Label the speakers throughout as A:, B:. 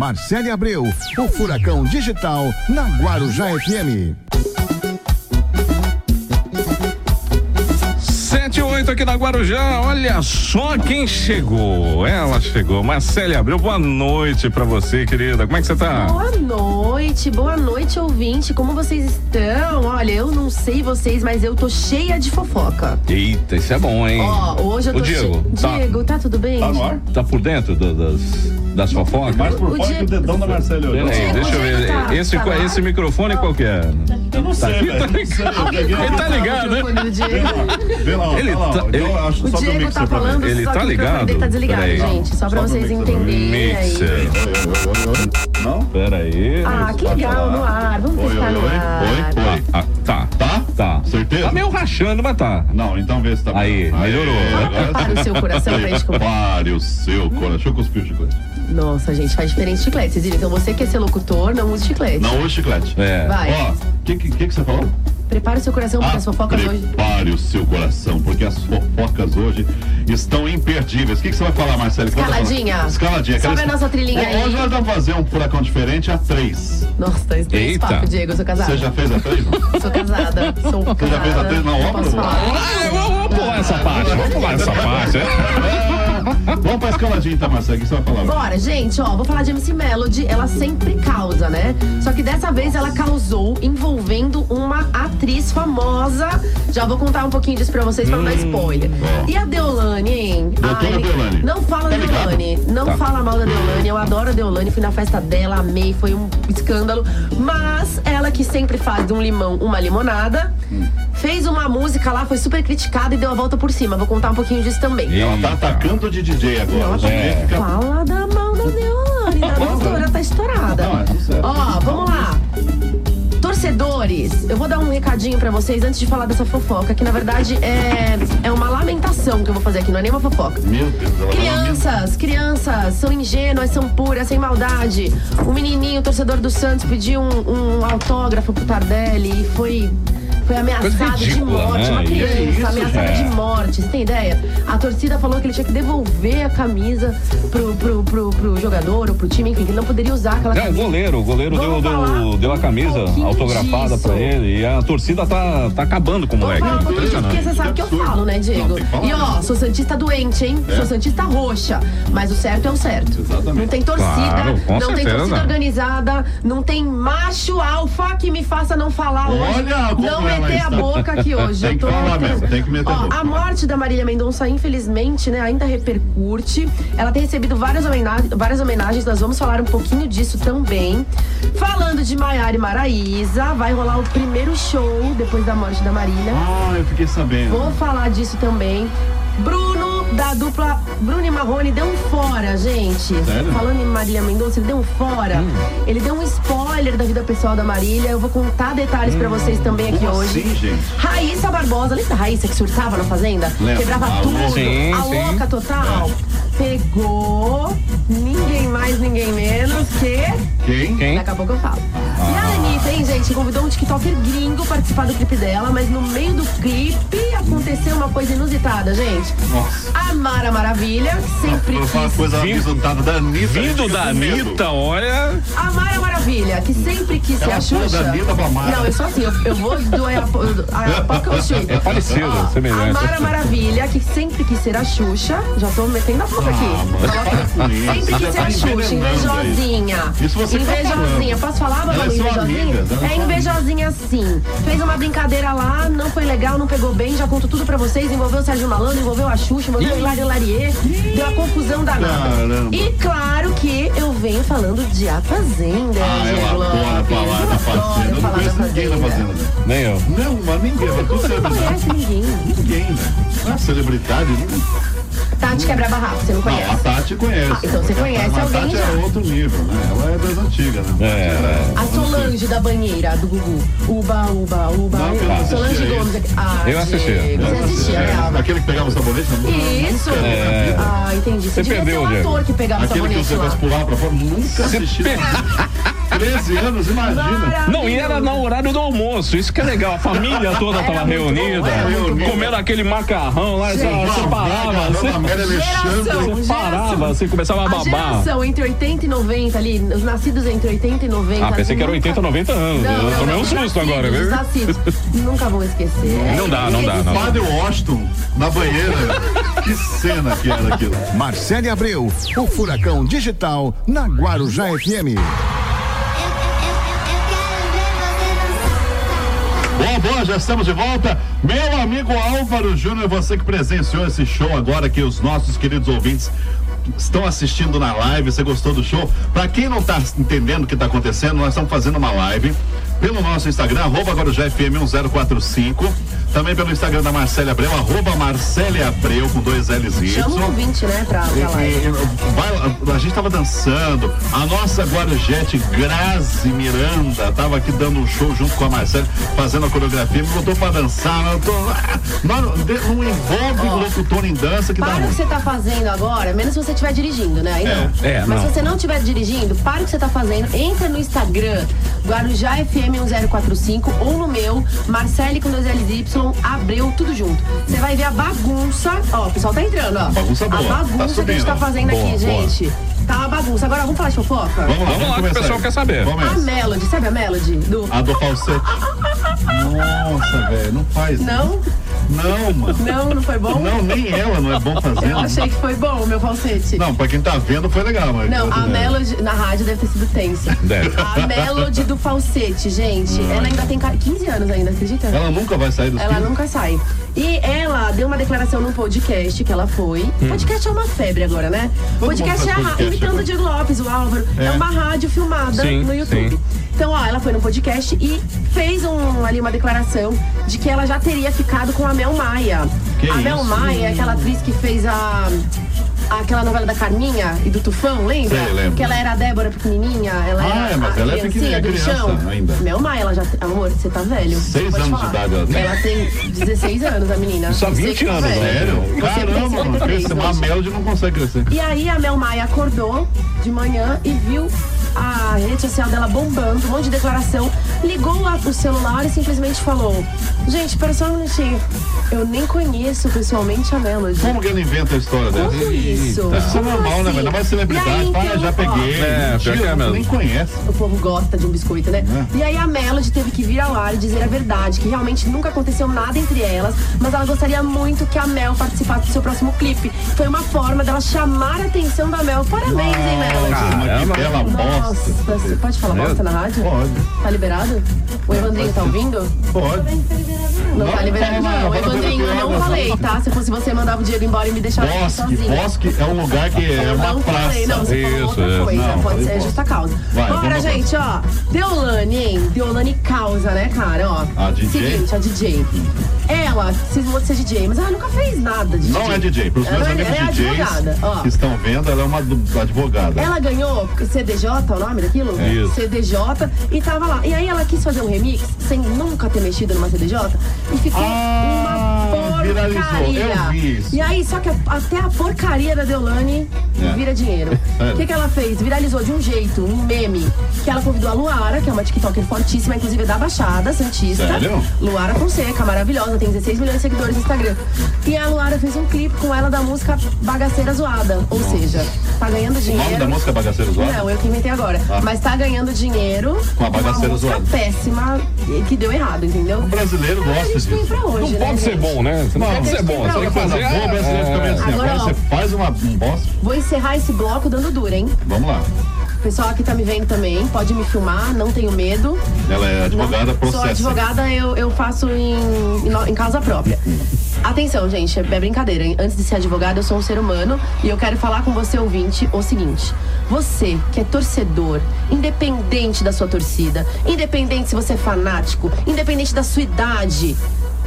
A: Marcele Abreu, o Furacão Digital, na Guarujá FM.
B: 7 e 8 aqui na Guarujá, olha só quem chegou. Ela chegou, Marcele Abreu, boa noite pra você, querida. Como é que você tá?
C: Boa noite, boa noite, ouvinte. Como vocês estão? Olha, eu não sei vocês, mas eu tô cheia de fofoca.
B: Eita, isso é bom, hein?
C: Ó, hoje eu
B: Ô,
C: tô
B: Diego,
C: cheia.
B: tá-
C: Diego, tá tudo bem?
D: Hum. Tá no ar?
B: Tá por dentro do- das, das
D: Mais
B: fofocas?
D: por
C: O
D: fora que o
C: Diego-
D: dedão da Marcela hoje.
B: Peraí,
C: Diego,
B: deixa eu ver.
C: Diego, tá-
B: esse,
C: tá
B: qual-
C: lá?
B: esse microfone qual que é?
D: Eu não sei,
B: aqui,
D: velho.
B: tá
D: não sei, é eu peguei-
B: Ele tá ligado, né?
C: O telefone do Diego.
D: Vê lá, ó,
B: Ele
D: vê lá. ó.
B: tá-
D: Então,
B: ele-
D: acho que
C: O
D: sobe
C: Diego
D: mixer
C: tá
D: pra mim.
C: falando,
B: Ele
C: só
B: tá
C: que o microfone
B: ligado?
C: dele tá desligado,
B: Peraí.
C: gente. Só pra
D: Sobe o
C: vocês
D: mixer pra mim.
C: entenderem.
B: Mixer.
D: Não?
B: Peraí.
C: Ah, que legal, no ar. Vamos
D: tá Oi,
C: testar
D: oi,
C: no
D: oi,
C: ar.
D: oi.
B: Ah, ah, tá.
D: Tá?
B: Tá.
D: Certeza?
B: Tá meio rachando, mas tá.
D: Não, então vê se tá
B: Aí, melhorou. né?
D: Agora
C: Prepara o seu coração pra gente comer.
D: Pare o seu coração. Deixa eu cuspir o chiclete.
C: Nossa, gente, faz diferente chiclete. Vocês viram? Então você que é ser locutor, não use chiclete.
D: Não, o chiclete.
B: É.
C: Vai.
D: Ó, Ah, o que, que, que que você falou?
C: Prepara o seu coração, porque as fofocas hoje.
D: Prepare o seu coração, porque as fofocas hoje estão imperdíveis. O que, que você vai falar, Marcelo? Quando eu falar?
C: Escaladinha.
D: Escaladinha.
C: Sobe a nossa trilhinha
D: Hoje
C: aí.
D: Hoje nós vamos fazer um furacão diferente a três.
C: Nossa, tá esse tem esse
B: Eita.
C: papo, Diego. Eu sou casada.
D: Você já fez a três? não?
C: Sou casada. Sou casada.
D: já fez a três na obra?
C: Posso falar?
B: Ah, vamos, vamos pular essa parte. Vamos pular essa parte. é.
D: vamos pra escaladinha, então, Marcelo. O que você vai falar?
C: Bora, gente, ó, vou falar de MC Melody, ela sempre causa, né? Só que dessa vez ela causou envolvendo uma atriz famosa. Já vou contar um pouquinho disso pra vocês pra não dar spoiler.
D: Ó.
C: E a Deolane, hein?
D: Hum, Doutora
C: Ai,
D: Deolane.
C: Não fala da
D: Tá ligado?
C: Deolane, não
B: Tá.
C: fala mal da Deolane, eu adoro a Deolane, fui na festa dela, amei, foi um escândalo. Mas ela que sempre faz de um limão uma limonada,
D: Hum.
C: fez uma música lá, foi super criticada e deu a volta por cima. Vou contar um pouquinho disso também.
D: Ela tá atacando de DJ agora.
C: Nossa, é.
D: Os DJ fica-
C: Fala da mão da Deolane, da
D: Fala.
C: doutora, tá estourada.
D: Não, é sucesso.
C: Ó, vamos lá. Torcedores, eu vou dar um recadinho pra vocês antes de falar dessa fofoca, que na verdade é, é uma lamentação que eu vou fazer aqui, não é nenhuma fofoca.
D: Meu Deus, ela tá lambendo.
C: Crianças, crianças, são ingênuas, são puras, sem maldade. O menininho, o torcedor do Santos, pediu um, um autógrafo pro Tardelli e foi, foi ameaçado de
B: ridícula,
C: morte.
B: né?
C: Uma
B: E é
C: criança
B: isso,
C: ameaçada
B: gente.
C: de morte, você tem ideia? A torcida falou que ele tinha que devolver a camisa pro, pro, pro, pro jogador ou pro time, enfim, que ele não poderia usar aquela
B: É, o
C: camisa.
B: goleiro, o goleiro deu,
C: Vamos
B: deu,
C: falar
B: deu a
C: um
B: camisa
C: pouquinho
B: autografada
C: disso.
B: pra ele e a torcida tá, tá acabando com o
C: Vamos
B: moleque.
C: falar um pouquinho disso, porque você sabe que eu falo, né,
D: Não,
C: Diego?
D: tem que falar,
C: E ó,
D: né?
C: sou Santista doente, hein? Sou Santista roxa. Mas o certo é o certo.
D: Exatamente.
C: Não tem torcida,
B: Claro, com
C: não tem
B: certeza.
C: torcida organizada, não tem macho alfa que me faça não falar
D: Olha
C: hoje.
D: como
C: Não
D: ela
C: meter a
D: está.
C: boca aqui hoje.
D: Tem
C: eu
D: que
C: tô
D: falar mesmo, tem que meter a
C: Ó,
D: boca.
C: a morte da Marília Mendonça, infelizmente, né, ainda repercute. Ela tem recebido várias, homena- várias homenagens, nós vamos falar um pouquinho disso também. Falando de Maiara e Maraísa, vai rolar o primeiro show depois da morte da Marília.
D: Ah, eu fiquei sabendo.
C: Vou falar disso também. Bruno, da dupla Bruno e Marrone, deu um fora, gente.
D: Sério? Hum.
C: Falando em Marília Mendonça, ele deu um fora. Ele deu um spoiler da vida pessoal da Marília. Eu vou contar detalhes pra vocês também aqui
D: Hum. Como
C: hoje.
D: assim, gente?
C: Raíssa Barbosa, lembra da Raíssa que surtava na fazenda?
D: Lembro.
C: Quebrava
D: A
C: tudo.
D: louca.
B: Sim,
C: a
B: sim.
C: louca total.
D: É.
C: Pegou ninguém mais, ninguém menos que
D: Quem?
B: Quem?
C: Daqui a pouco eu falo. E a Anitta, hein, gente, convidou um TikToker gringo participar do clipe dela, mas no meio do clipe aconteceu uma coisa inusitada, gente.
D: Nossa.
C: A Mara Maravilha, que sempre
D: Pra falar uma
C: quis.
D: coisa
B: Vindo-
D: abisotada da Anitta. eu
B: Vindo
D: fico
B: da
D: com medo.
B: Anitta, olha.
C: A Mara Maravilha, que sempre quis ser
D: Ela
C: a
D: pula
C: Xuxa.
D: da Anitta pra Mara.
C: Não, eu sou assim, eu, eu vou do Iapo- do- a Iapoca ao Xuxa.
B: É parecido,
C: Ó,
B: semelhante.
C: A Mara Maravilha, que sempre quis ser a Xuxa. Já tô metendo a boca
D: Ah,
C: aqui.
D: mano, para com isso.
C: Sempre
D: Você
C: quis ser
D: tá
C: a Xuxa,
D: envenenando aí.
C: invejosinha.
D: Isso você que tá
C: Invejosinha.
D: falando.
C: Posso falar, Babalu?
D: Elas são
C: Invejosinha?
D: amigas, elas
C: É
D: são
C: invejosinha sim. Fez uma brincadeira lá, não foi legal, não pegou bem. Já conto tudo pra vocês. Envolveu o Sérgio Malandro, envolveu a Xuxa, envolveu o Hilário Larier. Deu a confusão danada.
D: Caramba.
C: E claro que eu venho falando de A Fazenda,
D: Ah,
C: Diego
D: ela adora
C: Lopes.
D: falar
C: Eu
D: da
C: adoro
D: fazenda. Eu não
C: falar da
D: conheço ninguém na
C: Fazenda.
D: fazenda. né?
B: Nem eu.
D: Não, mas ninguém. Mas tu
C: Você
D: sabe,
C: não
D: né?
C: conhece ninguém.
D: Ninguém, né? Ah, celebridade. Não,
C: Tati quebra-barraco, você não
D: não, a
C: conhece.
D: Tati conhece.
C: Ah, então você conhece
D: Mas
C: alguém
D: A Tati
C: já.
D: é outro nível, né? Ela é das antigas, né?
B: É.
C: A Solange da banheira do Gugu. Uba, uba, uba.
D: Não, eu não
C: uba.
D: assistia
C: Solange
D: isso.
C: Gomes. Ah,
B: Eu assisti.
C: Diego, Você assistia, né?
D: Aquele que pegava o sabonete? né?
C: Isso.
B: É.
C: Ah, entendi. Você,
B: Você
C: devia
B: perdeu,
C: ser um
B: Diego.
C: ator que pegava
D: Aquele que
C: sabonete
D: você
C: lá.
D: vai pular pra fora, nunca assisti. 13 anos, imagina.
B: Não, e era no horário do almoço, isso que é legal. A família toda tava
C: Era muito
B: reunida,
D: bom, era muito bom.
B: comendo aquele macarrão lá,
D: Então,
B: você
C: Gente.
B: você parava,
D: Dona
B: você
D: Amélia Alexandre.
C: Geração,
B: parava,
C: geração.
B: você começava a
C: A
B: babar.
C: geração entre 80 e 90 ali, os nascidos entre 80 e 90.
B: Ah, pensei que era 80, 90 anos. Eu tomei um
C: os
B: susto
C: nascidos,
B: agora,
C: os
B: viu?
C: nascidos. Nunca vão esquecer.
B: Não dá, não dá, não.
D: Padre Washington na banheira. que cena que era aquilo.
A: Marcele Abreu, o Furacão Digital na Guarujá FM.
D: Bom, bom, já estamos de volta. Meu amigo Álvaro Júnior, você que presenciou esse show agora que os nossos queridos ouvintes estão assistindo na live, você gostou do show? Pra quem não tá entendendo o que tá acontecendo, nós estamos fazendo uma live pelo nosso Instagram, arroba agora FM 1045, também pelo Instagram da Marcele Abreu, arroba Marcele Abreu com dois L's e
C: Chama o
D: Y.
C: ouvinte, né, pra,
D: E-
C: pra live.
D: e- vai- a gente tava dançando, a nossa Guarujete Grazi Miranda tava aqui dando um show junto com a Marcela, fazendo a coreografia, me botou pra dançar. eu tô- ah, mano, de- não envolve locutor em dança que dá
C: Para o que
D: ruim.
C: você tá fazendo agora, menos se você estiver dirigindo, né? Aí não.
B: É, é,
C: Mas
B: não.
C: se você não estiver dirigindo, para o que você tá fazendo, entra no Instagram, Guarujá FM 1045, ou no meu, Marcele com dois L's Y, Abreu, tudo junto. Você vai ver a bagunça, ó, o pessoal tá entrando, ó.
D: Bagunça boa,
C: A
D: tá
C: bagunça
D: subindo.
C: que a gente tá fazendo
D: Boa,
C: aqui,
D: boa.
C: gente. Tá uma bagunça. Agora vamos falar de fofoca?
D: Vamos lá,
B: Vamos lá, que o
D: começar
B: pessoal
D: aí.
B: quer saber.
C: A
D: Começa.
C: Melody, sabe a Melody? Do...
D: A do falsete. Nossa, velho, não faz.
C: Não?
D: Não, mano.
C: Não, não foi bom?
D: Não, nem ela não é bom
C: Eu achei
D: fazendo.
C: que foi bom o meu falsete.
D: Não, pra quem tá vendo foi legal, mas. né?
C: Não, a Melody na rádio deve ter sido tenso.
B: Deve.
C: A Melody do falsete, gente. Ela ainda tem cara- 15 anos ainda, acredita?
D: Ela nunca vai sair dos
C: Ela
D: 15.
C: nunca sai. E ela deu uma declaração num podcast que ela foi. Podcast é uma febre agora, né? podcast
D: Hum. mundo
C: é a
D: faz
C: ra-
D: podcast
C: imitando o
D: agora.
C: Diego Lopes, o Álvaro. É,
D: É.
C: uma rádio filmada
B: Sim,
C: no YouTube.
B: sim.
C: Então, ó, ela foi num podcast e fez um- ali uma declaração de que ela já teria ficado com a Mel Maia.
D: Que
C: a Mel
D: isso?
C: Maia é aquela atriz que fez a. Aquela novela da Carminha e do Tufão, lembra?
D: Sei, lembro.
C: Que ela era a Débora pequenininha, ela
D: Ah,
C: era
D: é, mas
C: a
D: ela é
C: criancinha
D: pequenininha,
C: do
D: criança
C: chão.
D: ainda.
C: Mel Maia, ela já. Amor, você tá velho.
D: Seis
C: Pode
D: anos
C: falar. É,
D: de idade ela tem.
C: Ela tem 16 anos, a menina.
B: Só
C: Você
B: 20
C: que tá
B: anos,
C: velho.
D: Sério?
C: Você tem
D: Caramba,
C: 53
D: mano. Cresce, uma
C: hoje.
D: Melody não consegue crescer.
C: E aí a Mel Maia acordou de manhã e viu a rede social dela bombando, um monte de declaração. Ligou lá o celular e simplesmente falou: Gente, pera só um minutinho. Eu nem conheço pessoalmente a Melody.
D: Como que ele inventa a história dessa?
C: Como isso?
D: Mas Isso é normal, né,
C: Como
D: velho?
C: assim?
D: Mas
C: E
D: celebridade,
C: aí,
D: ah,
C: então,
D: já
C: ó,
D: peguei.
B: É, pior que é
D: Mentira,
B: mesmo.
D: nem conhece.
C: O povo gosta de um biscoito, né? E aí a Melody teve que vir ao ar e dizer a verdade, que realmente nunca aconteceu nada entre elas, mas ela gostaria muito que a Mel participasse do seu próximo clipe. Foi uma forma dela chamar a atenção da Mel. Parabéns, hein, Melody?
D: Nossa, mas
B: Caramba.
D: que bela
C: Nossa,
D: bosta.
C: você pode falar bosta na rádio?
D: Pode,
C: Tá liberado? O Evandrinho tá ouvindo?
D: pode.
C: Não tá
D: Não,
C: liberado,
D: não,
C: não.
D: não,
C: Evandrinho, eu não
D: não.
C: falei, tá? Se fosse você, mandava o Diego embora e me deixava aqui
D: Bosque,
C: sozinha.
D: bosque é um lugar que é
C: Não
D: uma
C: falei, não,
D: praça.
C: você falou
B: Isso,
C: outra
B: é.
C: coisa.
D: Não,
C: pode
D: falei
C: ser a
D: bosta.
C: justa causa.
D: Vai,
C: Bora,
D: vamos pra
C: gente, ó. Deolane, hein? Deolane causa, né, cara? Ó.
D: A DJ?
C: Seguinte, a DJ. Ela cismou de ser DJ, mas ela nunca fez nada de
D: Não é DJ. Para os meus
C: Ela,
D: amigos
C: ela é advogada, ó.
D: DJs que estão vendo, ela é uma du- advogada.
C: Ela ganhou CDJ, o nome daquilo?
B: É. Isso.
C: CDJ, e tava lá. E aí ela quis fazer um remix sem nunca ter mexido numa CDJ e ficou
D: Ah,
C: uma porcaria.
D: viralizou. Eu vi isso.
C: E aí, só que a- até a porcaria da Deolane
D: É.
C: vira dinheiro.
D: Sério?
C: O que, que ela fez? Viralizou de um jeito, um meme, que ela convidou a Luara, que é uma TikToker fortíssima, inclusive é da Baixada Santista.
D: Sério?
C: Luara Fonseca, maravilhosa, tem 16 milhões de seguidores no Instagram. E a Luara fez um clipe com ela da música Bagaceira Zoada. Ou seja, tá ganhando
D: O nome
C: dinheiro.
D: da música é Bagaceiro Zoado?
C: Não, eu que inventei agora.
D: Ah.
C: Mas tá ganhando dinheiro
D: Com a bagaceira
C: de uma música
D: zoada.
C: péssima e que deu errado, entendeu?
D: O brasileiro
C: a
D: gosta
C: gente
D: disso.
C: tem pra hoje,
B: Não
C: né,
B: pode ser
C: gente?
B: bom, né? Você não
D: Não,
B: pode ser bom. Você tem que
D: Coisa
B: fazer. é.
D: boa, o brasileiro fica meio assim.
C: Agora,
D: Agora
C: ó.
D: você faz uma, um bosta.
C: Vou encerrar esse bloco dando dura, hein?
D: Vamos lá.
C: O pessoal aqui tá me vendo também, pode me filmar, não tenho medo.
D: Ela é advogada,
C: Não, Sou
D: processo.
C: advogada, eu, eu faço em, em no- em causa própria. Atenção, gente, é brincadeira. hein? Antes de ser advogada, eu sou um ser humano e eu quero falar com você, ouvinte, o seguinte. Você que é torcedor, independente da sua torcida, independente se você é fanático, independente da sua idade,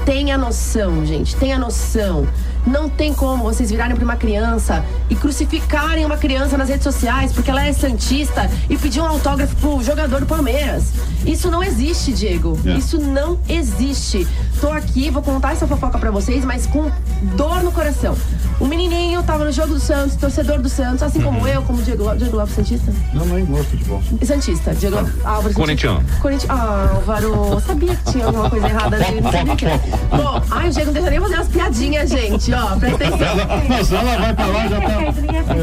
C: tenha noção, gente, tenha noção. Não tem como vocês virarem pra uma criança e crucificarem uma criança nas redes sociais porque ela é santista e pedir um autógrafo pro jogador do Palmeiras. Isso não existe, Diego.
D: É.
C: Isso não existe. Tô aqui, vou contar essa fofoca pra vocês, mas com dor no coração. Um menininho tava no jogo do Santos, torcedor do Santos, assim como eu, como Diego, Diego Alves Santista.
D: Não, é não engordo futebol.
C: Santista, Diego Álvaro
B: Corintiano.
C: Corinthians. ah, Álvaro, eu sabia que tinha alguma coisa errada ali. Não sabia que era. Bom, ai, o Diego não deixa nem eu fazer umas piadinhas, gente. Ó, presta atenção.
D: Ela, mas ela vai pra lá já tá.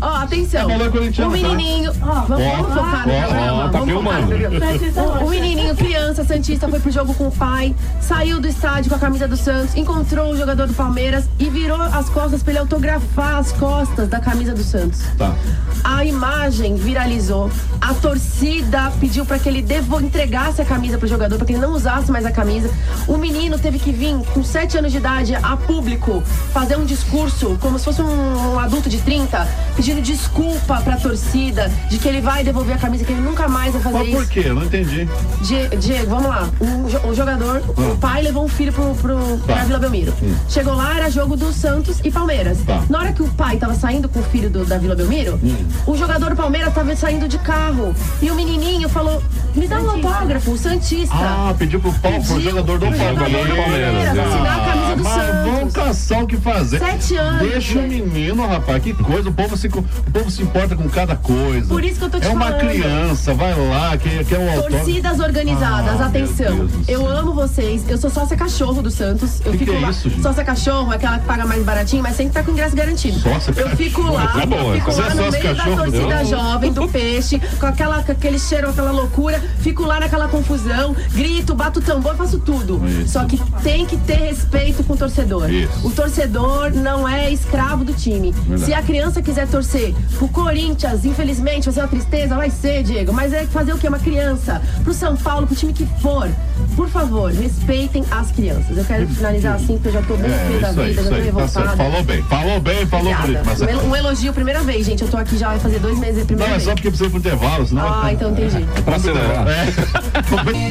C: Ó, atenção.
D: Falou
C: O
D: corintiano, tá?
C: menininho. Ó, vamos,
D: Ó,
C: vamos focar no
B: ó,
C: programa.
B: tá
C: vamos
B: filmando.
C: focar no programa. O, o menininho, criança, Santista, foi pro jogo com o pai, saiu do estádio com a camisa do Santos, encontrou o jogador do Palmeiras e virou as costas pra ele autografar as costas da camisa do Santos.
D: Tá.
C: A imagem viralizou. A torcida pediu para que ele devo entregasse a camisa pro jogador, para que ele não usasse mais a camisa. O menino teve que vir com 7 anos de idade a público fazer um discurso, como se fosse um, um adulto de 30, pedindo desculpa pra torcida de que ele vai devolver a camisa, que ele nunca mais vai fazer
D: Mas por
C: isso.
D: quê? Eu Não entendi.
C: Die- Diego, vamos lá. Um jo- O jogador, o pai levou um filho pro, pro,
D: Ah. Tá.
C: pra Vila Belmiro. Chegou lá, era jogo do Santos e Palmeiras.
D: Tá. Hum.
C: Na hora que o pai tava saindo com o filho do- da Vila Belmiro, o jogador do Palmeiras tava saindo de carro. E o menininho falou: me dá um autógrafo, o Santista.
D: Ah, pediu pro pau, pro
C: Tá. Pediu
D: jogador do
C: pro
D: Palmeiras. né?
C: jogador do Palmeiras, né? assinar a camisa do
D: mas
C: Santos.
D: vão caçar o que fazer.
C: Sete anos,
D: Deixa o
C: gente.
D: menino, rapaz, que coisa. O povo, se, co- o povo se importa com cada coisa.
C: Por isso que eu tô te
D: É uma
C: falando.
D: criança, vai lá, quer, quer um autógrafo.
C: Torcidas organizadas,
D: Ah, meu
C: atenção.
D: Deus do
C: Eu amo vocês. Eu sou sócia cachorro do Santos. Eu
D: Que
C: fico
D: que é
C: lá.
D: isso, gente?
C: Sócia cachorro é aquela que paga mais baratinho, mas sempre tá com ingresso garantido.
D: Sócia
C: eu
D: cachorro.
C: fico lá,
B: Tá boa,
C: eu fico
D: você
C: lá
D: é
C: no
D: sócia
C: meio
D: cachorro?
C: da torcida
D: Eu-
C: jovem do peixe, com, aquela, com aquele cheiro, aquela loucura. Fico lá naquela confusão, grito, bato tambor, faço tudo.
D: Isso.
C: Só que tem que ter respeito com o torcedor.
D: Isso.
C: O torcedor não é escravo do time.
D: Verdade.
C: Se a criança quiser torcer pro Corinthians, infelizmente, vai ser uma tristeza, vai ser, Diego. Mas é fazer o quê? Uma criança. Pro São Paulo, pro time que for. Por favor, respeitem as crianças. Eu quero finalizar assim, porque eu já tô bem
D: É,
C: feio da
D: isso aí,
C: vida, já
D: isso
C: tô
D: aí. Tá certo.
C: revoltada.
D: Falou bem, falou bem, falou bonito.
C: Obrigada.
D: Mas é-
C: Um elogio, primeira vez, gente. Eu tô aqui já vai fazer dois meses, é a
D: não,
C: primeira
D: é
C: vez.
D: só porque precisa ir pro intervalo, senão.
C: Ah, então entendi.
B: Pra acelerar.
D: É.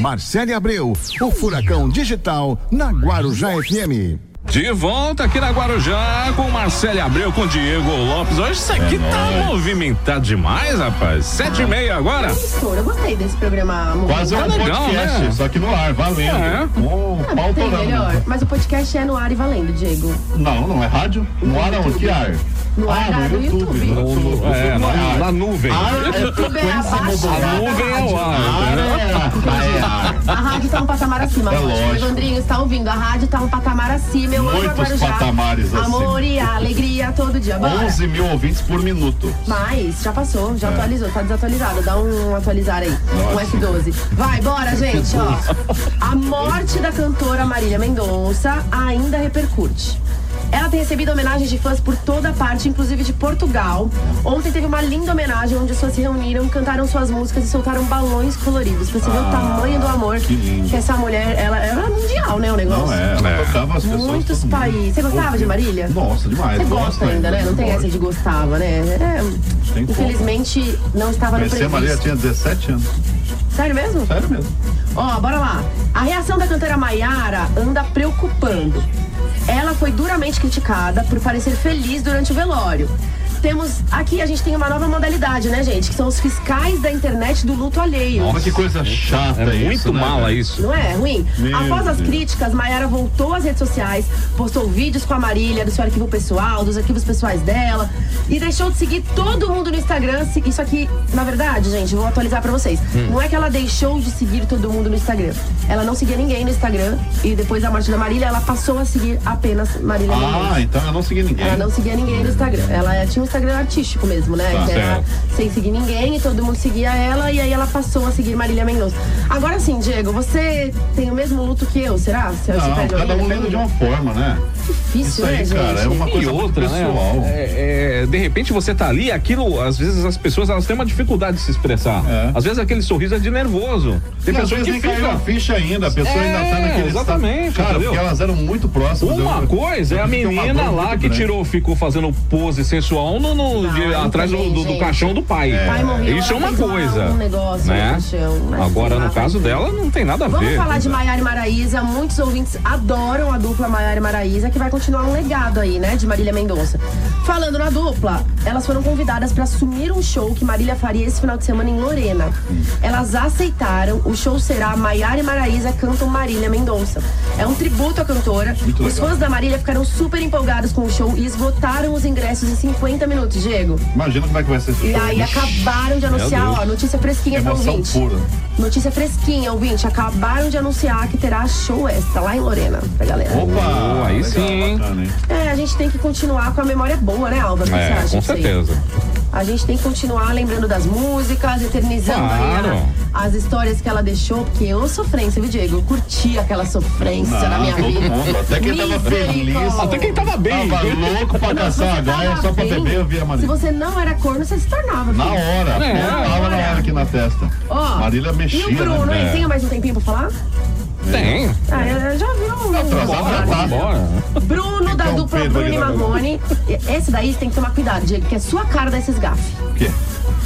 A: Marcele Abreu, o Furacão Digital na Guarujá FM.
B: De volta aqui na Guarujá com Marcelo Abreu, com Diego Lopes. Hoje isso aqui
D: É
B: tá movimentado demais, rapaz. Sete e meia agora.
C: Estoura, eu gostei desse programa. amor.
D: Quase é
B: Tá
D: um
B: legal,
D: podcast,
B: né?
D: só que no ar, valendo.
B: É.
D: Um
C: Ah,
D: pau
C: tem
D: torando.
C: melhor. Mas o podcast é no ar e valendo, Diego.
D: Não, não é rádio. No ar aonde? Que ar?
C: No ar,
D: ah,
C: ar
D: no
C: no
D: YouTube.
C: é YouTube.
D: No- no- no-
B: É,
D: no ar.
B: na, na nuvem.
D: Ar é frequência
C: abaixo
D: modulada.
B: A nuvem é o ar.
D: Ar
B: entendeu?
D: é ar. É ar.
C: A rádio tá um patamar acima.
D: É
C: eu acho.
D: lógico.
C: O Evandrinho está ouvindo. A rádio tá um patamar acima. Eu amo a
D: Muitos
C: Guarujá.
D: patamares acima.
C: Amor e alegria todo dia. Bora.
D: 11 mil ouvintes por minuto.
C: Mas já passou, já atualizou, tá desatualizado. Dá um atualizar aí.
D: É. Nossa.
C: Um F12. Vai, bora, gente, ó. A morte da cantora Marília Mendonça ainda repercute. Ela tem recebido homenagens de fãs por toda parte, inclusive de Portugal. Ontem teve uma linda homenagem onde as pessoas se reuniram, cantaram suas músicas e soltaram balões coloridos. Pra Você vê o tamanho do amor
D: Ah, que lindo.
C: essa mulher, ela, ela é mundial, né, o negócio.
D: Não é, ela
B: É.
D: tocava as pessoas.
C: Muitos
D: todo mundo.
C: países. Você gostava de Marília?
D: Nossa, demais.
C: Você
D: Gosto
C: gosta ainda, né? Não tem essa de gostava, né? É,
D: Tem como.
C: infelizmente, não estava no
D: Conheci a
C: previsto.
D: Maria tinha 17 anos.
C: Sério mesmo?
D: Sério mesmo.
C: Ó, bora lá. A reação da cantora Maiara anda preocupando. Ela foi duramente criticada por parecer feliz durante o velório. Temos aqui, a gente tem uma nova modalidade, né, gente? Que são os fiscais da internet do luto alheio.
D: Olha que coisa chata
B: É
D: isso.
B: muito
D: né,
B: mala
D: velho?
B: isso.
C: Não é ruim?
D: Meu
C: Após as
D: Deus.
C: críticas, Mayara voltou às redes sociais, postou vídeos com a Marília, do seu arquivo pessoal, dos arquivos pessoais dela, e deixou de seguir todo mundo no Instagram. Se- Isso aqui, na verdade, gente, vou atualizar pra vocês.
D: Hum.
C: Não é que ela deixou de seguir todo mundo no Instagram. Ela não seguia ninguém no Instagram, e depois da morte da Marília, ela passou a seguir apenas Marília Mendonça.
D: Ah, então eu não segui ninguém.
C: Ela não seguia ninguém no Instagram. Ela é- tinha um Instagram artístico mesmo, né?
D: Tá,
C: que era
B: certo.
C: sem seguir ninguém e todo mundo seguia ela. E aí ela passou a seguir Marília Mendonça. Agora sim, Diego, você tem o mesmo luto que eu, será? Você
D: Não, cada um lendo de uma forma, né? Isso
C: Difícil, né,
D: aí,
C: gente?
D: cara, é uma
B: E
D: coisa muito
B: outra, né?
D: pessoal.
B: É, é, de repente você tá ali, aquilo, às vezes as pessoas elas têm uma dificuldade de se expressar.
D: É.
B: Às vezes aquele sorriso é de nervoso. Tem
D: E às
B: pessoas
D: vezes
B: que
D: nem caiu
B: ficam.
D: a ficha ainda, a pessoa
B: É,
D: ainda tá naquele
B: exatamente,
D: estado. Cara,
B: entendeu?
D: porque elas eram muito próximas.
B: Uma
D: eu-
B: coisa é
D: eu
B: a
D: fiquei uma
B: menina
D: dor
B: lá
D: muito
B: que
D: grande.
B: tirou, ficou fazendo pose sensual não no, no-
C: Não,
B: de-
C: eu
B: atrás do,
C: também,
B: do- do
C: gente.
B: caixão do pai.
C: pai morreu,
B: Isso é
C: ela
B: uma
C: fez lá
B: coisa.
C: um negócio
B: né?
C: no caixão, mas
B: Agora,
C: sei lá,
B: no caso
C: vai ver.
B: dela, não tem nada a
C: Vamos
B: ver.
C: falar de Maiara e Maraísa. Muitos ouvintes adoram a dupla Maiara e Maraísa, que vai continuar um legado aí, né, de Marília Mendonça. Falando na dupla, elas foram convidadas para assumir um show que Marília faria esse final de semana em Lorena. Elas aceitaram. O show será Maiara e Maraísa cantam Marília Mendonça. É um tributo à cantora.
D: Muito
C: os
D: legal.
C: fãs da Marília ficaram super empolgados com o show e esgotaram os ingressos em 50 minutos, Diego.
D: Imagina como é que vai ser esse
C: E
D: show.
C: aí
D: Ixi,
C: acabaram de anunciar,
B: Deus.
C: ó, notícia fresquinha pra
D: Emoção
C: ouvinte.
D: pura.
C: Notícia fresquinha, ouvinte. Acabaram de anunciar que terá show extra lá em Lorena, pra galera.
D: Opa!
B: Oh, aí sim.
D: bacana, hein?
C: É, a gente tem que continuar com a memória boa, né, Alba? O que você
B: É,
C: acha
B: com
C: disso aí?
B: certeza.
C: A gente tem que continuar lembrando das músicas, eternizando aí
B: Claro.
C: a- as histórias que ela deixou, porque eu sofrência, viu, Diego? Eu curti aquela sofrência
D: Ah,
C: na minha
D: todo
C: vida.
D: mundo, até quem tava
C: Misericórdia.
D: feliz.
B: Até quem tava bem.
D: Tava louco pra
C: Não, se
D: caçar a
C: você
D: gaia
C: tava
D: só pra
C: bem,
D: beber, eu vi a
C: Se
D: Marília.
C: você não era corno, você se tornava.
D: Na
C: filho.
D: hora,
B: É.
D: tava na hora aqui na testa.
C: Ó,
D: Marília mexia,
C: E o Bruno,
D: né?
C: hein? Tem mais um tempinho pra falar?
B: Tem.
C: Ah, eu eu já vi um.
D: atrasado já tá.
B: Bora.
C: Bruno da
D: Então,
C: dupla
D: Pedro
C: Bruno e
D: Aguilar.
C: Marrone. Esse daí você tem que tomar cuidado, Diego, que é sua cara desses gafes.
D: O quê?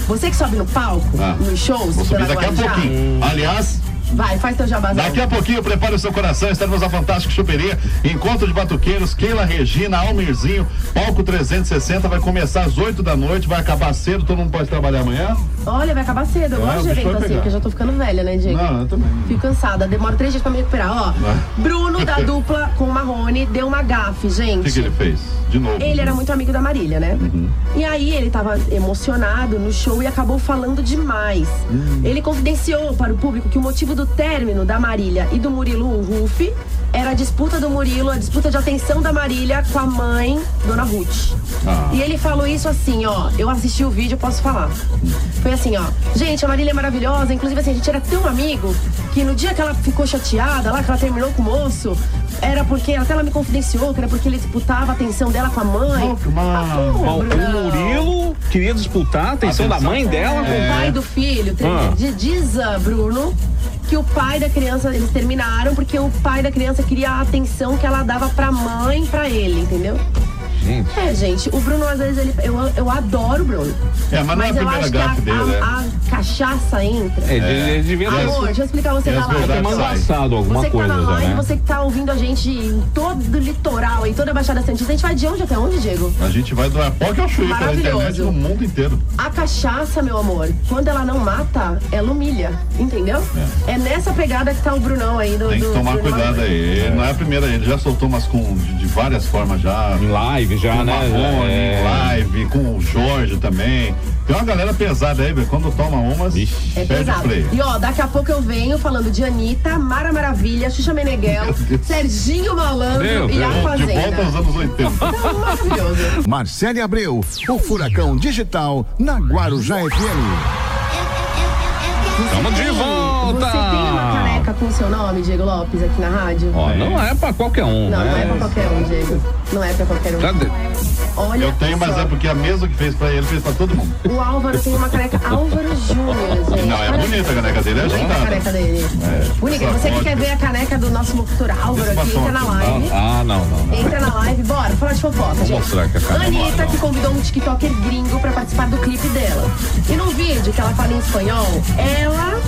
C: Você que sobe no palco,
D: Ah,
C: nos shows,
D: Vou subir
C: pela
D: daqui a
C: Guarujá,
D: pouquinho. Aliás,
C: Vai, faz teu jabazão.
D: Daqui a pouquinho, prepare o seu coração, estaremos na Fantástica Chuperia, encontro de batuqueiros, Keila Regina, Almirzinho, palco 360, vai começar às 8 da noite, vai acabar cedo, todo mundo pode trabalhar amanhã?
C: Olha, vai acabar cedo. Eu
D: Ah,
C: gosto de
D: deixa eu
C: evento assim,
D: pegar.
C: porque eu já tô ficando velha, né, Diego?
D: Não, eu também.
C: Fico cansada, demora três dias pra me recuperar. Ó,
D: Ah.
C: Bruno da dupla com Marrone deu uma gafe,
D: O que, que
C: gente.
D: ele fez? De novo.
C: Ele era muito amigo da Marília, né? E aí ele tava emocionado no show e acabou falando demais. Ele confidenciou para o público que o motivo do término da Marília e do Murilo Rufi era a disputa do Murilo, a disputa de atenção da Marília com a mãe, Dona Ruth.
D: Ah.
C: E ele falou isso assim, ó. Eu assisti o vídeo, eu posso falar. Foi assim, ó. Gente, a Marília é maravilhosa. Inclusive, assim, a gente era tão amigo que no dia que ela ficou chateada lá, que ela terminou com o moço, era porque até ela me confidenciou que era porque ele disputava a atenção dela com a mãe.
D: Oh, que mal.
C: pô,
B: Bom, o
C: Brunão.
B: Murilo queria disputar a atenção da mãe dela.
C: É, O pai do filho tre-
B: Ah.
C: di- diz a Bruno que o pai da criança, eles terminaram porque o pai da criança queria a atenção que ela dava pra mãe, pra ele, entendeu?
B: Gente,
C: É, gente, o Bruno, às vezes, ele, eu, eu adoro o Bruno.
D: É, mas não é a
C: eu
D: primeira
C: acho que a,
D: gafe dele,
C: a-
D: né?
C: a cachaça entra.
B: é, ele- ele devia ter
C: Amor, deixa eu explicar você
D: e
C: da
D: as
C: live.
D: verdades
B: tomando
D: sai.
B: assado alguma
C: Você que
B: coisa
C: tá na
B: já,
C: live,
B: né?
C: você que tá ouvindo a gente em todo o litoral, em toda a Baixada Santista, a gente vai de onde até onde, Diego?
D: A gente vai doar pó que eu chuí pela
C: Maravilhoso.
D: internet no mundo inteiro.
C: A cachaça, meu amor, quando ela não mata, ela humilha, entendeu? É, nessa pegada que tá o Brunão aí do.
D: Tem que
C: do-
D: tomar
C: Bruno
D: cuidado
C: Marrone.
D: aí. Não é a primeira, ele já soltou umas com, de, de várias formas já.
B: Em live já,
D: Com o
B: Tá, né?
D: Marrone,
B: É.
D: em live, com o Jorge também. Tem uma galera pesada aí, velho. Quando toma umas,
B: Ixi.
C: É
D: perde o
C: pesado.
D: play.
C: E ó, daqui a pouco eu venho falando de Anitta, Mara Maravilha, Xuxa Meneghel, Serginho Malandro
B: Meu
C: e
B: Deus.
C: a
D: De volta aos
C: Fazenda.
D: anos 80.
C: Tá maravilhoso.
A: Marcele Abreu, o Furacão Digital na Guarujá FM.
B: Tamo de volta!
C: Você tem uma caneca com o seu nome, Diego Lopes, aqui na rádio?
B: Ó, não é pra qualquer um,
C: Não,
B: né?
C: não é pra qualquer um, Diego. Não é pra qualquer um.
B: Cadê?
C: Olha
D: Eu tenho, mas
C: só.
D: é porque a mesma que fez pra ele fez pra todo mundo.
C: O Álvaro tem uma caneca Álvaro Júnior, gente.
D: Não, é era
C: Olha
D: bonita a caneca dele, é
C: Bonita a
D: agitada.
C: caneca dele.
B: É.
C: Bonita.
D: Só
C: Você que
D: pode.
C: quer ver a caneca do nosso locutor Álvaro aqui,
D: Satisfação
C: entra na
D: aqui.
C: live.
B: Ah, não, não. não.
C: Entra na live, bora, fala de fofoca, gente.
B: mostrar que a cara-
C: Anitta,
B: bora, não. é
C: que convidou um tiktoker gringo pra participar do clipe dela. E no vídeo que ela fala em espanhol, ela...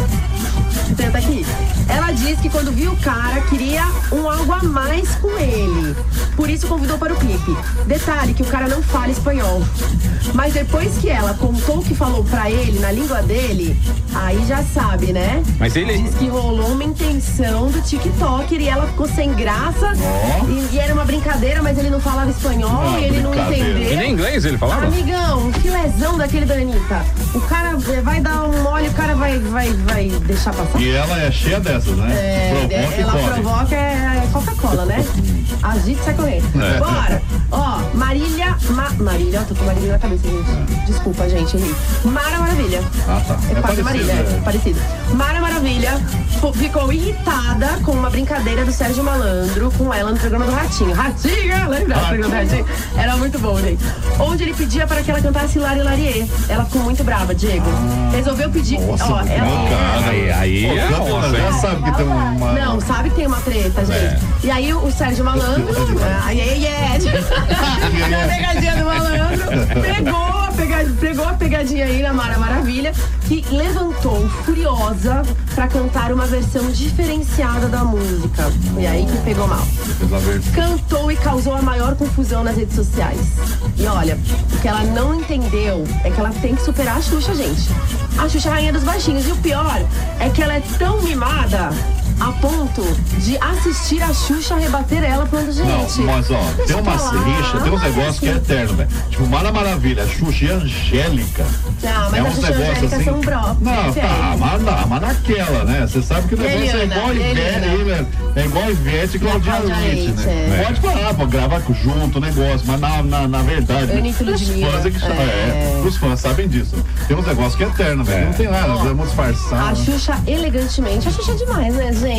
C: Tenta aqui. Ela diz que quando viu o cara, queria um algo a mais com ele. Por isso convidou para o clipe. Detalhe que o cara não fala espanhol. Mas depois que ela contou o que falou pra ele na língua dele, aí já sabe, né?
B: Mas ele.
C: Diz que rolou uma intenção do TikToker e ela ficou sem graça. E, e era uma brincadeira, mas ele não falava espanhol
D: Ah,
C: e ele não
D: brincadeira.
B: E
C: entendeu.
B: nem inglês ele falava?
C: Amigão, um filezão daquele da Anitta. O cara vai dar um mole, o cara vai, vai, vai deixar passar.
D: E ela é cheia dessas, né?
C: É,
D: Provoca e
C: ela
D: corre.
C: provoca é Coca-Cola, né? Agite e sai correndo.
D: É.
C: Bora! Ó, Marília. Ma- Marília, ó, tô com Marília na cabeça, gente. Desculpa, gente, eu ri. Mara Maravilha.
D: Ah, tá.
C: É quase Marília,
D: né?
C: é parecido. Mara Maravilha fo- ficou irritada com uma brincadeira do Sérgio Malandro com ela no programa do Ratinho. Ratinho, lembra do programa do Ratinho? Era muito bom, gente. Onde ele pedia para que ela cantasse Lari Larie. Ela ficou muito brava, Diego. Resolveu pedir.
D: Ah, Nossa,
C: ó,
D: muito
C: ela-
D: cara.
B: Aí, aí
D: Pô,
B: é
D: tanto ela
B: onça,
D: já
B: hein?
D: sabe que tem uma.
C: Não, sabe que tem uma treta, gente. E aí o Sérgio Malandro malandro. Ai, ai, ai, ai. Na pegadinha do malandro. Pegou a, pega- pegou a pegadinha aí na Mara Maravilha, que levantou furiosa pra cantar uma versão diferenciada da música. E aí que pegou mal. Cantou e causou a maior confusão nas redes sociais. E olha, o que ela não entendeu é que ela tem que superar a Xuxa, gente. A Xuxa é a rainha dos baixinhos. E o pior é que ela é tão mimada a ponto de assistir a Xuxa rebater ela falando, gente.
D: Não, mas ó,
C: deixa
D: tem uma
C: pra lá,
D: rixa, tem uns
C: mas
D: negócios que é eterno, velho. Tipo, Mara Maravilha, Xuxa e Angélica.
C: Não, mas
D: é
C: a
D: uns
C: Xuxa e a
D: negócios
C: Angélica
D: assim.
C: são um é bro-
D: Não, tá,
C: fiéis.
D: mas, não, mas naquela, né? Você sabe que o negócio é
C: Eliana,
D: igual Ivete,
C: Eliana.
D: aí, velho. É igual Ivete e Claudinha
C: Claudinha
D: Leite,
C: Leite,
D: né?
B: é.
D: Pode falar, pô, gravar junto o negócio, mas na, na, na verdade.
C: Anitta e
D: os
C: Ludmilla,
D: fãs é que chamam. É,
C: é.
D: os fãs sabem disso. Tem uns negócios que é eterno, velho.
B: É.
D: Não tem nada,
C: Ó,
D: vamos disfarçar.
C: A
D: né?
C: Xuxa elegantemente. A Xuxa é demais, né, gente?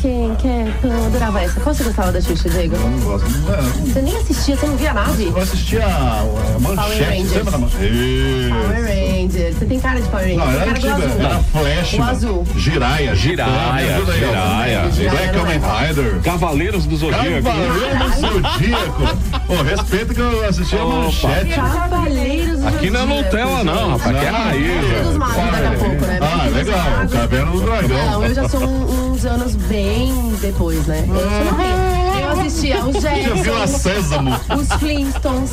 C: Quem quer? Eu adorava essa. Qual você gostava da Xuxa, Diego?
D: Eu não gosto. Não,
C: Você nem assistia, você não via nada?
D: Eu assisti a, a Manchete,
C: Rangers.
D: lembra da Manchete?
C: Power Ranger. Você tem cara de Power Ranger.
D: Não, era
C: Você tem
D: antiga,
C: cara do azul.
D: era Flash.
C: O
D: mano.
C: azul.
D: Giraia,
B: Jiraya,
D: Titã, me ajuda aí, ó.
B: Jiraya.
D: Black
C: Jiraya não
D: Kamen Rider.
B: Cavaleiros do Zodíaco.
D: Cavaleiro do Zodíaco. Ô, respeita que eu assisti a
B: Opa.
D: manchete.
C: Cavaleiros do
B: Aqui não é
C: Zodíaco.
B: Nutella, não, rapaz. Aqui é
D: Não,
B: raiz.
C: Cavaleiros
B: velho.
C: dos Magos daqui a pouco, né?
D: Ah,
C: Cavaleiros dos
D: legal.
C: Magos.
D: Caverna do
C: Não, eu
D: Dragão.
C: já sou um- uns anos bem depois, né? Eu sou novinha. Eu assistia os
D: Já viu a
C: Jacksons,
D: Sésamo?
C: os Flintstones.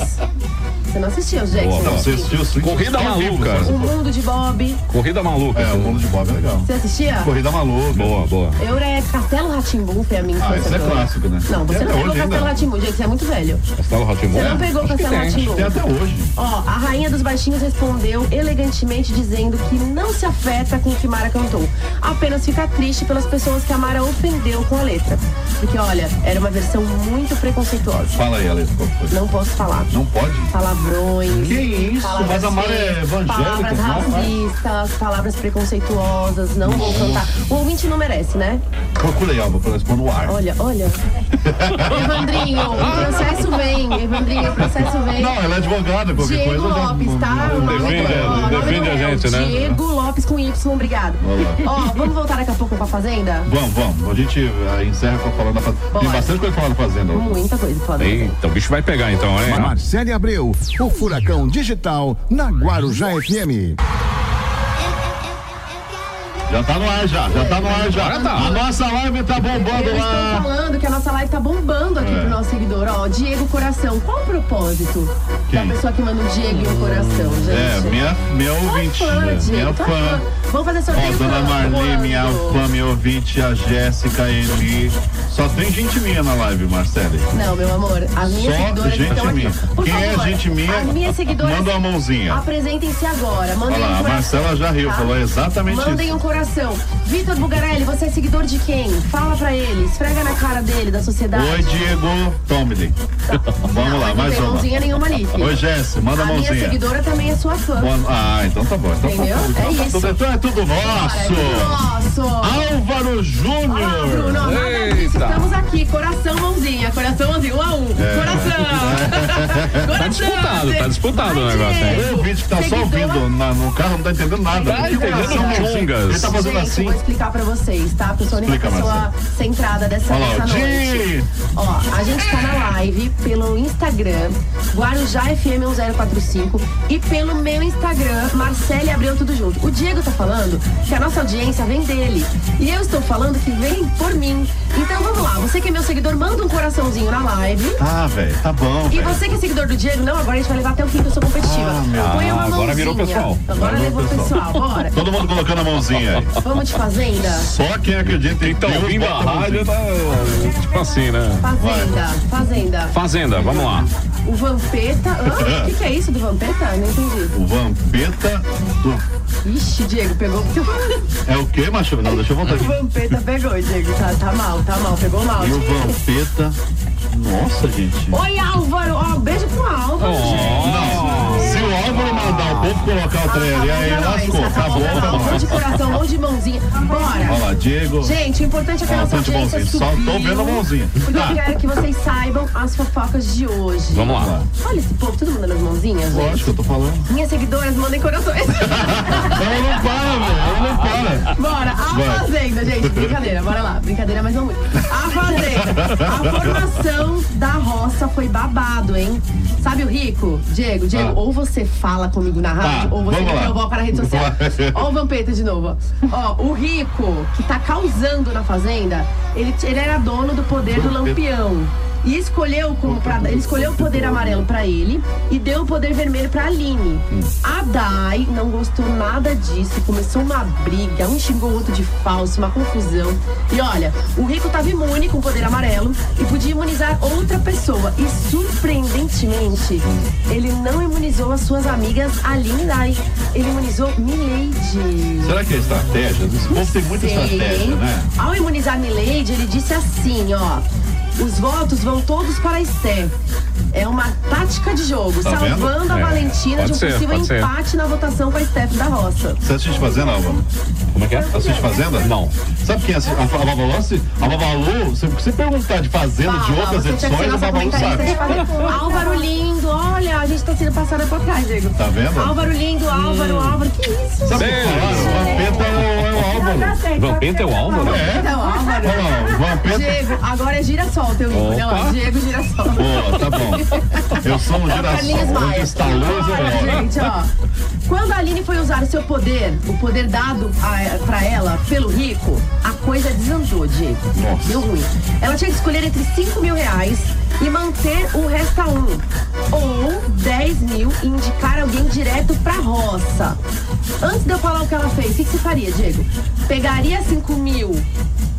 C: Você não assistia os Jacksons?
B: Boa.
D: Não, você assistiu os Flintstones
B: Corrida
D: ao vivo,
B: Maluca.
D: só.
C: O Mundo de Bob.
B: Corrida maluca. assim.
D: É, o mundo de Bob é legal.
C: Você assistia?
D: Corrida Maluca.
B: Boa, boa.
C: Eureka, Castelo Ratimbum foi a minha
D: Ah,
C: infância.
D: isso é
C: toda.
D: clássico, né?
C: Não, você
D: Tem
C: não
D: até
C: pegou
D: hoje
C: Castelo
D: ainda.
C: Ratimbum, gente, você é muito velho.
B: Castelo Ratimbo.
C: Você não pegou
B: É, acho que
C: Castelo
B: tem.
C: Rá-Tim-Bum.
D: Tem até hoje.
C: Ó, a rainha dos baixinhos respondeu elegantemente dizendo que não se afeta com o que Mara cantou. Apenas fica triste pelas pessoas que a Mara ofendeu com a letra. Porque, olha, era uma versão muito preconceituosa.
D: Fala aí, Alex, qual foi?
C: Não posso falar.
D: Não pode?
C: Palavrões.
D: Que isso?
C: palavras
D: Mas a Mara é
C: feias,
D: evangélica,
C: Palavras
D: não, é? Mara?
C: racistas, palavras preconceituosas, não vou cantar. O ouvinte não merece, né?
D: Procura aí, Alba, pra nós pôr no ar.
C: Olha, olha. Evandrinho, o processo vem. Evandrinho, o processo vem.
D: Não, ela é advogada, qualquer
C: Diego
D: coisa. eu já-
C: Lopes, tá? O nome
B: Defende,
C: do- ó, o nome
B: defende
C: do
B: a
C: réu,
B: gente, né?
C: Diego Lopes com Y, obrigado.
D: Olha
C: Ó, vamos voltar daqui a pouco pra Fazenda?
D: Vamos, vamos. A gente eh, encerra com a falando da fazenda. Tem
C: Bora.
D: bastante coisa falando da fazenda.
C: Muita coisa, foda.
B: Eita, o bicho vai pegar então, hein?
A: Marcele Abreu, o Furacão Digital na Guarujá FM.
D: Já tá no ar já, já tá no ar já.
B: Agora tá.
D: A nossa live tá bombando
C: Eles estão
D: lá.
C: falando que a nossa live tá bombando aqui
D: É.
C: pro nosso seguidor. Ó, Diego Coração, qual o propósito
D: Quem?
C: da pessoa que manda o Diego e o Coração, gente?
D: É, minha, minha
C: Tô
D: ouvinte,
C: fã,
D: né?
C: Diego,
D: minha
C: tô
D: fã.
C: Vamos fazer sorteio
D: Ó, dona
C: quando?
D: Marli, minha fã, minha ouvinte, a Jéssica, a Eli. Só tem gente minha na live, Marcele.
C: Não, meu amor, as minhas
D: Só
C: seguidoras
D: gente
C: estão
D: minha.
C: aqui. Por
D: Quem é
C: favor,
D: gente minha,
C: As minhas seguidoras.
D: manda uma mãozinha.
C: Apresentem-se agora. Mandem
D: Olha lá,
C: um
D: a
C: coração.
D: Marcela já riu,
C: tá?
D: falou exatamente
C: Mandem
D: isso.
C: um coração. Vitor Bugarelli, você é seguidor de quem? Fala pra ele, esfrega na cara dele, da sociedade.
D: Oi, Diego. Tome-lhe. Vamos lá,
C: Tá. não
D: mais
C: tem
D: uma.
C: mãozinha nenhuma ali. filho.
D: Oi, Jéssica, manda
C: a
D: a
C: minha
D: mãozinha.
C: seguidora também é sua fã.
D: Boa- Ah, então tá bom. Então
C: Entendeu?
D: Tá, bom. então
C: É
D: tá
C: isso.
D: tudo- então é tudo
C: Cara, é do nosso.
D: nosso. Álvaro
C: Olá, Bruno.
D: Júnior.
C: Nada disso.
B: Eita.
C: Estamos aqui. Coração, mãozinha. Coração, mãozinha. Um a um.
D: É.
C: Coração. coração.
B: Tá disputado, tá disputado o
C: Vai,
B: negócio, hein?
C: Diego.
D: O ouvinte que tá só
C: Seguidor.
D: ouvindo na- no carro não tá entendendo nada.
B: Tá
D: Porque o
B: entendendo
D: coração mãozinha,
B: chungas.
D: Ele tá
C: Gente,
D: fazendo assim.
C: eu vou explicar pra vocês, tá? A pessoa única
D: Explica,
C: pessoa
D: Marcela.
C: centrada dessa,
D: Olha lá,
C: dessa
D: o
C: noite.
D: Di.
C: Ó, a gente tá na live pelo Instagram, Guarujá um FM 1045, e pelo meu Instagram, Marcele Abreu Tudo Junto. O Diego tá falando que a nossa audiência vem dele. E eu estou falando que vem por mim. Então vamos lá, você que é meu seguidor, manda um coraçãozinho na live.
D: Ah, velho, tá bom.
C: E
D: velho.
C: você que é seguidor do Diego, não, agora a gente vai levar até o fim que eu sou competitiva.
D: Ah, meu
C: Põe uma
B: Deus. Agora virou
C: mãozinha.
B: pessoal.
C: Agora
D: Agora
C: levou o
D: virou
C: pessoal, bora.
D: Todo mundo colocando a mãozinha aí.
C: Vamos de fazenda?
D: Só quem acredita em
B: Então,
D: Deus
B: vindo
D: bota
B: a
D: mãozinha.
B: rádio, tá, tipo assim, né?
C: Fazenda, fazenda.
B: Fazenda, vamos lá.
C: O Vampeta. Hã? O que, que é isso do Vampeta? Não entendi.
D: O Vampeta do...
C: Ixi, Diego, pegou.
D: É o quê, macho? Não, deixa eu voltar
C: O
D: aqui.
C: Vampeta pegou, Diego. Tá, tá mal, tá mal, pegou mal.
D: E o Vampeta... Nossa, gente.
C: Oi, Álvaro. Ó, um beijo pro Álvaro,
D: Oh,
C: gente.
D: Não, se o Álvaro mandar o povo colocar o
C: Tá
D: trem ali, aí
C: pra nós,
D: lascou. Acabou,
C: pra nós. Um monte de
D: acabou.
C: coração, um monte de mãozinha. Bora.
D: Olha lá, Diego.
C: Gente, o importante é que a
D: Ó,
C: nossa
D: tô de
C: audiência
D: mãozinha,
C: subiu.
D: só tô vendo a mãozinha.
C: Porque
D: Tá.
C: eu quero que vocês saibam as fofocas de hoje.
B: Vamos lá.
C: Olha esse povo, todo mundo nas mãozinhas, gente.
D: Lógico, eu tô falando.
C: Minhas seguidoras mandem corações.
D: Ela não para, velho. Ela não para.
C: Bora, a
D: Vai.
C: fazenda. Fazenda, gente. Brincadeira, bora lá. Brincadeira, mas não muito. A Fazenda. A formação da roça foi babado, hein? Sabe o Rico? Diego, Diego,
D: Ah.
C: ou você fala comigo na rádio,
D: Tá,
C: ou você
D: vamos
C: quer
D: lá.
C: que eu vou para a rede social.
D: Vamos lá.
C: Ó o Vampeta de novo. ó. Ó, o Rico, que tá causando na Fazenda, ele, ele era dono do poder do Lampião. E escolheu como pra, ele escolheu o poder amarelo pra ele e deu o poder vermelho pra Aline.
D: Hum.
C: A Dai não gostou nada disso, começou é uma briga, um xingou o outro de falso, uma confusão. E olha, o Rico tava imune com o poder amarelo e podia imunizar outra pessoa. E surpreendentemente, ele não imunizou as suas amigas Aline e Dai. Ele imunizou Milady.
D: Será que é estratégia? Esse povo tem muita
C: Sim.
D: estratégia, né?
C: Ao imunizar Milady, ele disse assim, ó. Os votos vão todos para a Esté. É uma tática de jogo,
D: Tá vendo?
C: salvando a
B: É,
C: Valentina
B: pode
C: de um
B: ser,
C: possível
B: pode ser.
C: empate na votação com a Steph da Roça.
D: Você assiste Fazenda, Álvaro?
B: Como é que é?
D: Assiste Fazenda?
B: Não.
D: Sabe quem é a, a Babalu? Se- A Babalu, se você perguntar de Fazenda, de
C: Fala,
D: outras
C: você tinha que ser
D: edições, a
C: nossa
D: Babalu
C: comentarista
D: sabe.
C: de fazer- Álvaro lindo, olha, a gente tá sendo passada por trás, Diego.
D: Tá vendo? Hum.
C: Álvaro lindo, Álvaro, Álvaro, que isso?
D: Sabe o que
B: Beijo.
D: falaram? O Vampeta é o- é o Álvaro.
B: Vampeta é o Álvaro?
C: Então, Álvaro.
D: Olha lá, o Vampeta.
C: Diego, agora é girassol teu ídolo. Olha lá,
B: Opa.
C: Diego girassol.
D: Pô, tá bom. Eu sou um
C: Tá Carlinhos
D: girassol. Onde
C: Maia.
D: está né? a luz, eu
C: Olha,
D: moro.
C: gente, ó. Quando a Aline foi usar o seu poder, o poder dado a, pra ela pelo rico, a coisa desandou, Diego.
D: Nossa.
C: Deu ruim. Ela tinha que escolher entre 5 mil reais e manter o resta um. Ou 10 mil e indicar alguém direto pra roça. Antes de eu falar o que ela fez, o que, que você faria, Diego? Pegaria 5 mil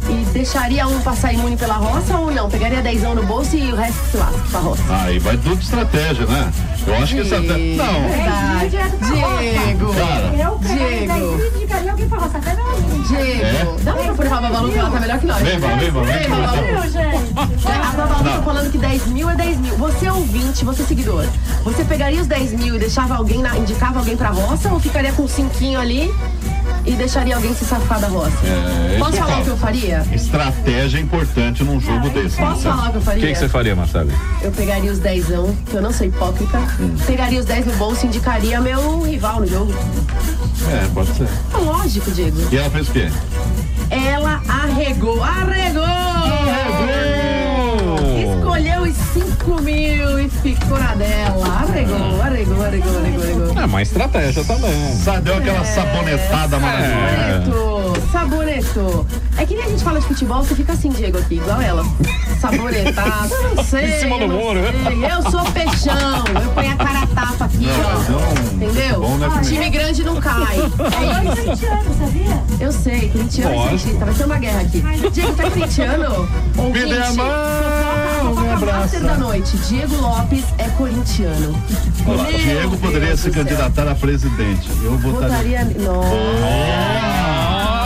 C: e deixaria um passar imune pela roça ou não? Pegaria 10 no bolso e o resto se lasca pra roça?
D: Aí vai tudo de estratégia, né? Eu acho que estratégia.
C: É
D: Não.
C: Diego.
D: Cara,
E: Eu quero dar
C: Diego.
E: indicaria alguém pra roça, até não
C: Diego.
D: É?
C: Dá pra provar a Babalu que ela tá melhor que nós.
D: Vem, vem, vem, vem, vem.
E: Viu, gente?
C: A Babalu tá falando que 10 mil é 10 mil. Você é ouvinte, você é seguidor. Você pegaria os 10 mil e deixava alguém, na, indicava alguém pra roça ou ficaria com um cinquinho ali e deixaria alguém se safar da roça?
D: É,
C: Posso
D: isso eu
C: falar o
D: falo.
C: que eu faria?
D: Estratégia é importante num jogo desse. né?
C: Posso falar o que eu
B: O
C: faria?
B: que, que você faria, Marcelo?
C: Eu pegaria os 10, que eu não sou hipócrita. Pegaria os 10 no bolso e indicaria meu rival no jogo.
D: É, pode ser.
C: É lógico, Diego.
D: E ela fez o quê?
C: Ela arregou. Arregou! Escolheu os 5 mil e ficou na dela. Arregou, arregou, arregou, arregou, arregou.
B: É uma estratégia também.
D: Só deu
C: É.
D: aquela sabonetada maravilhosa.
C: Saboneto, saboneto. É que nem a gente fala de futebol, você fica assim, Diego, aqui, igual ela. Sabonetado, eu não sei.
B: Em cima do
C: eu não
B: muro.
C: sei. Eu sou peixão, eu ponho a cara a tapa aqui,
D: Não, mas é
C: ó.
D: um
C: Entendeu?
D: bom, né, primeiro?
C: Time grande não cai. É isso.
E: Eu sou corintiano, sabia?
C: Eu sei, corintiano é
B: Lógico.
C: santista, vai ter uma guerra aqui. Diego tá corintiano? Ouvinte,
D: dê a mão, um
C: fofoca- fofoca
D: me abraça.
C: master da noite. Diego Lopes é corintiano.
D: Olha lá,
C: Meu
D: Diego
C: Deus
D: poderia
C: do céu.
D: se candidatar a presidente. Eu
C: Votaria.
D: votaria.
C: Nossa.
B: Ah,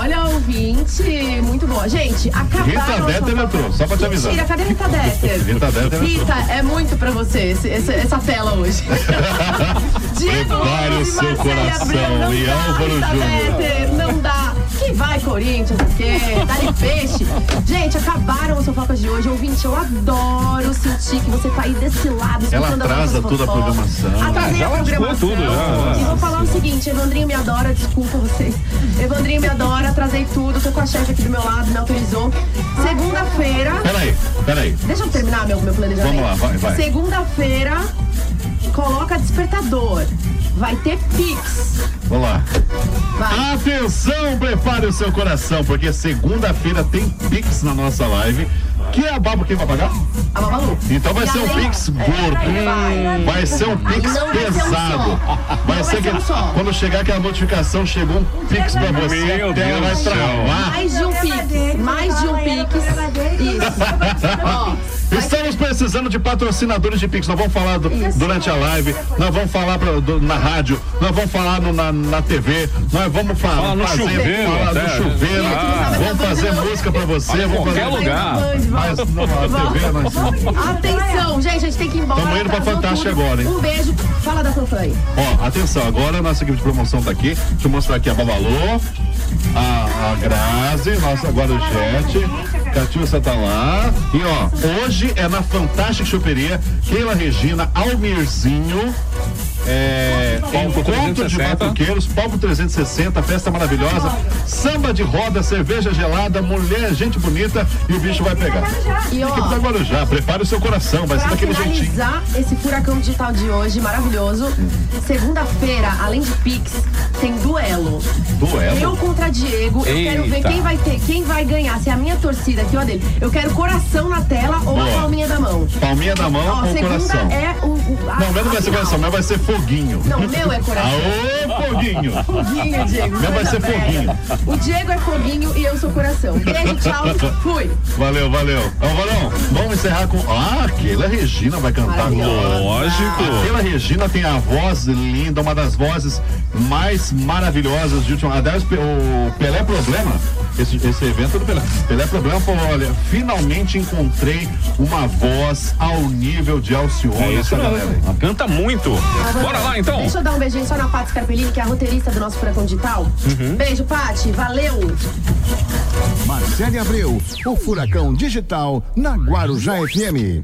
C: Olha, ouvinte, muito boa. Gente,
D: Rita
C: acabaram. as
D: Detter
C: fofocas.
D: entrou, só pra te avisar.
C: Mentira, cadê a Rita Detter?
D: Rita Detter entrou.
C: Rita, é muito pra você esse- essa, essa tela hoje. Diego
D: Prepare
C: Lopes
D: o
C: e
D: seu
C: Marcelo
D: coração
C: Abreu, não
D: e
C: dá,
D: Álvaro
C: Rita
D: Júnior.
C: Detter, Não dá. Que vai, Corinthians, o quê? Dá-lhe peixe. Gente, acabaram as fofocas de hoje. Ouvinte, eu adoro sentir que você tá aí desse lado.
D: Ela
C: escutando as
D: atrasa
C: nossas
D: toda a
C: fofocas.
D: programação.
C: Atrasei
B: Ah, já
C: a
B: lascou
C: programação.
B: tudo, já, já.
C: E vou falar o seguinte, Evandrinho me adora, desculpa vocês. Evandrinho me adora, atrasei tudo, tô com a chefe aqui do meu lado, me autorizou. Segunda-feira.
D: Peraí, peraí.
C: Deixa eu terminar meu, meu planejamento.
D: Vamos lá, vai, vai.
C: Segunda-feira, coloca despertador. Vai ter Pix.
D: Vamos lá.
C: Vai.
D: Atenção, prepare o seu coração, porque segunda-feira tem Pix na nossa live. Que é a baba quem vai pagar?
C: A Babalu.
D: Então vai
C: E
D: ser um
C: além-
D: Pix
C: É,
D: gordo.
C: Vai.
D: Vai ser um
C: Não
D: Pix
C: vai ser um
D: pesado.
C: só.
D: Vai
C: Não
D: ser
C: vai
D: que
C: ser um só.
D: quando chegar aquela notificação, chegou um Pix pra você.
B: Meu
D: a tela
B: Deus
D: vai
B: do céu.
D: travar.
C: Mais de um Pix. Mais de um Pix. Isso. Ó.
D: Estamos precisando de patrocinadores de Pix. Nós vamos falar do- durante a live, nós vamos falar pra- do- na rádio, nós vamos falar no- na, na TV, nós vamos falar
B: Fala no chuveiro,
D: falar no
B: até.
D: chuveiro.
B: Ah.
D: vamos fazer música pra você, vamos
B: qualquer
D: fazer.
B: lugar.
D: Mas não, na TV nós.
C: Atenção, gente, a gente tem que ir embora.
D: Tamo indo pra
C: atrasou
D: Fantástica
C: tudo.
D: agora, hein?
C: Um beijo. Fala da Fanfã aí.
D: Ó, atenção, agora a nossa equipe de promoção tá aqui. Deixa eu mostrar aqui a Babalu, a, a Grazi, nossa Guarujete, Catiúcia tá lá. E ó, hoje é na Fantástica Choperia, Keila Regina, Almirzinho, é,
B: Palco
D: Encontro de
B: 360.
D: Batuqueiros, Palco 360, Festa Maravilhosa, Samba de Roda, Cerveja Gelada, Mulher, Gente Bonita e o bicho vai pegar.
C: E ó,
D: Equipe da Guarujá, prepare o seu coração, vai ser
C: Pra
D: daquele jeitinho.
C: finalizar esse furacão digital de hoje, maravilhoso, segunda-feira, além de Pix, tem duelo. Eu
D: Duelo.
C: contra Diego. Eu quero ver
B: Eita.
C: quem vai ter, quem vai ganhar, se é a minha torcida aqui ou a dele. Eu quero coração na tela ou a
D: Boa.
C: palminha da mão.
D: Palminha na mão
C: Ó,
D: ou
C: segunda
D: coração?
C: é o. o a,
D: Não, meu não vai
C: a
D: ser
C: final.
D: coração, meu vai ser foguinho.
C: Não, o meu é coração.
D: Aô, foguinho!
C: Foguinho, Diego.
D: Ah, Meu vai
C: coisa
D: ser
C: velha.
D: foguinho.
C: O Diego é foguinho e eu sou coração. Beijo, tchau. Fui.
D: Valeu, valeu. Ô, Valão, vamos encerrar com. Ah, Keila Regina vai cantar agora.
B: Lógico.
D: Keila Regina tem a voz linda, uma das vozes mais maravilhosas de último. Aliás, Pe- o Pelé Problema, esse, esse evento é do Pelé. Pelé Problema falou: olha, finalmente encontrei uma voz ao nível de Alcione.
B: É isso
D: essa galera aí.
B: mesmo. Canta muito. Bora lá então.
C: Deixa eu dar um beijinho só na Paty Scarpellini, que é a roteirista do nosso Furacão Digital.
B: Uhum.
C: Beijo, Paty. Valeu.
A: Marcele Abreu, o Furacão Digital na Guarujá FM.